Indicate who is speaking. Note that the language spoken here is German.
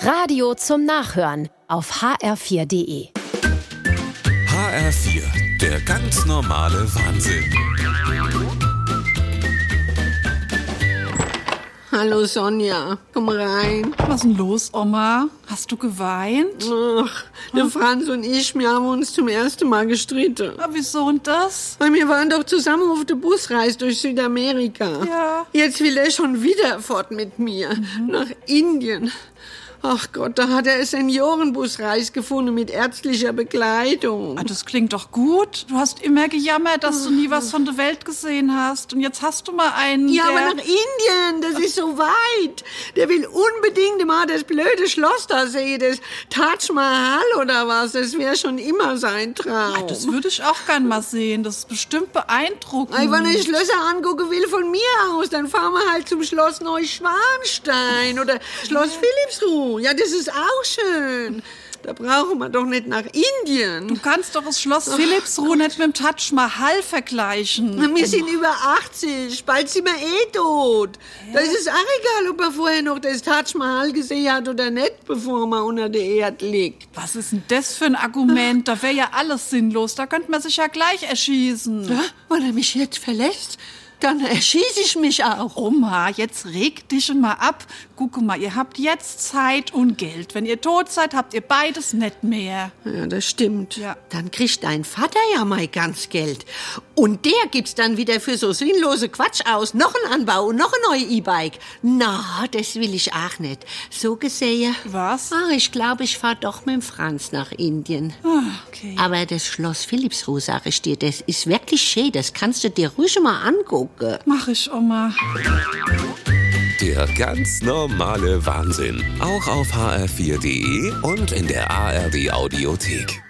Speaker 1: Radio zum Nachhören auf hr4.de.
Speaker 2: HR4, der ganz normale Wahnsinn.
Speaker 3: Hallo Sonja, komm rein.
Speaker 4: Was ist denn los, Oma? Hast du geweint?
Speaker 3: Ach, der
Speaker 4: Hm?
Speaker 3: Franz und ich, wir haben uns zum ersten Mal gestritten.
Speaker 4: Ah, wieso und das?
Speaker 3: Weil wir waren doch zusammen auf der Busreise durch Südamerika.
Speaker 4: Ja. Mhm.
Speaker 3: Jetzt will er schon wieder fort mit mir nach Indien. Ach Gott, da hat er einen Seniorenbusreis gefunden mit ärztlicher Begleitung.
Speaker 4: Ah, das klingt doch gut. Du hast immer gejammert, dass du nie was von der Welt gesehen hast. Und jetzt hast du mal einen.
Speaker 3: Ja,
Speaker 4: der...
Speaker 3: aber nach Indien, das ist so weit. Der will unbedingt mal das blöde Schloss da sehen, das Taj Mahal oder was. Das wäre schon immer sein Traum.
Speaker 4: Ah, das würde ich auch gern mal sehen. Das ist bestimmt beeindruckend.
Speaker 3: Ey, wenn ich Schlösser angucken will von mir aus, dann fahren wir halt zum Schloss Neuschwanstein oder Schloss Philippsruh. Ja, das ist auch schön. Da brauchen wir doch nicht nach
Speaker 4: Du
Speaker 3: Indien.
Speaker 4: kannst doch das Schloss Philippsruh nicht mit dem Taj Mahal vergleichen.
Speaker 3: Wir sind über 80, bald sind wir eh tot. Da ist es auch egal, ob er vorher noch das Taj Mahal gesehen hat oder nicht, bevor man unter der Erde liegt.
Speaker 4: Was ist denn das für ein Argument? Da wäre ja alles sinnlos. Da könnte man sich ja gleich erschießen.
Speaker 3: Wenn er mich jetzt verlässt, dann erschieße ich mich auch.
Speaker 4: Oma, jetzt reg dich mal ab. Guck mal, ihr habt jetzt Zeit und Geld. Wenn ihr tot seid, habt ihr beides nicht mehr.
Speaker 3: Ja, das stimmt.
Speaker 4: Ja.
Speaker 3: Dann kriegt dein Vater ja mal ganz Geld. Und der gibt's dann wieder für so sinnlose Quatsch aus. Noch ein Anbau und noch ein neues E-Bike. Na, das will ich auch nicht. So gesehen.
Speaker 4: Was?
Speaker 3: Ach, ich glaube, ich fahr doch mit dem Franz nach Indien.
Speaker 4: Ah, Okay.
Speaker 3: Aber das Schloss Philippsruh, sag ich dir, das ist wirklich schön. Das kannst du dir ruhig mal angucken.
Speaker 4: Mach ich, Oma.
Speaker 2: Der ganz normale Wahnsinn. Auch auf hr4.de und in der ARD Audiothek.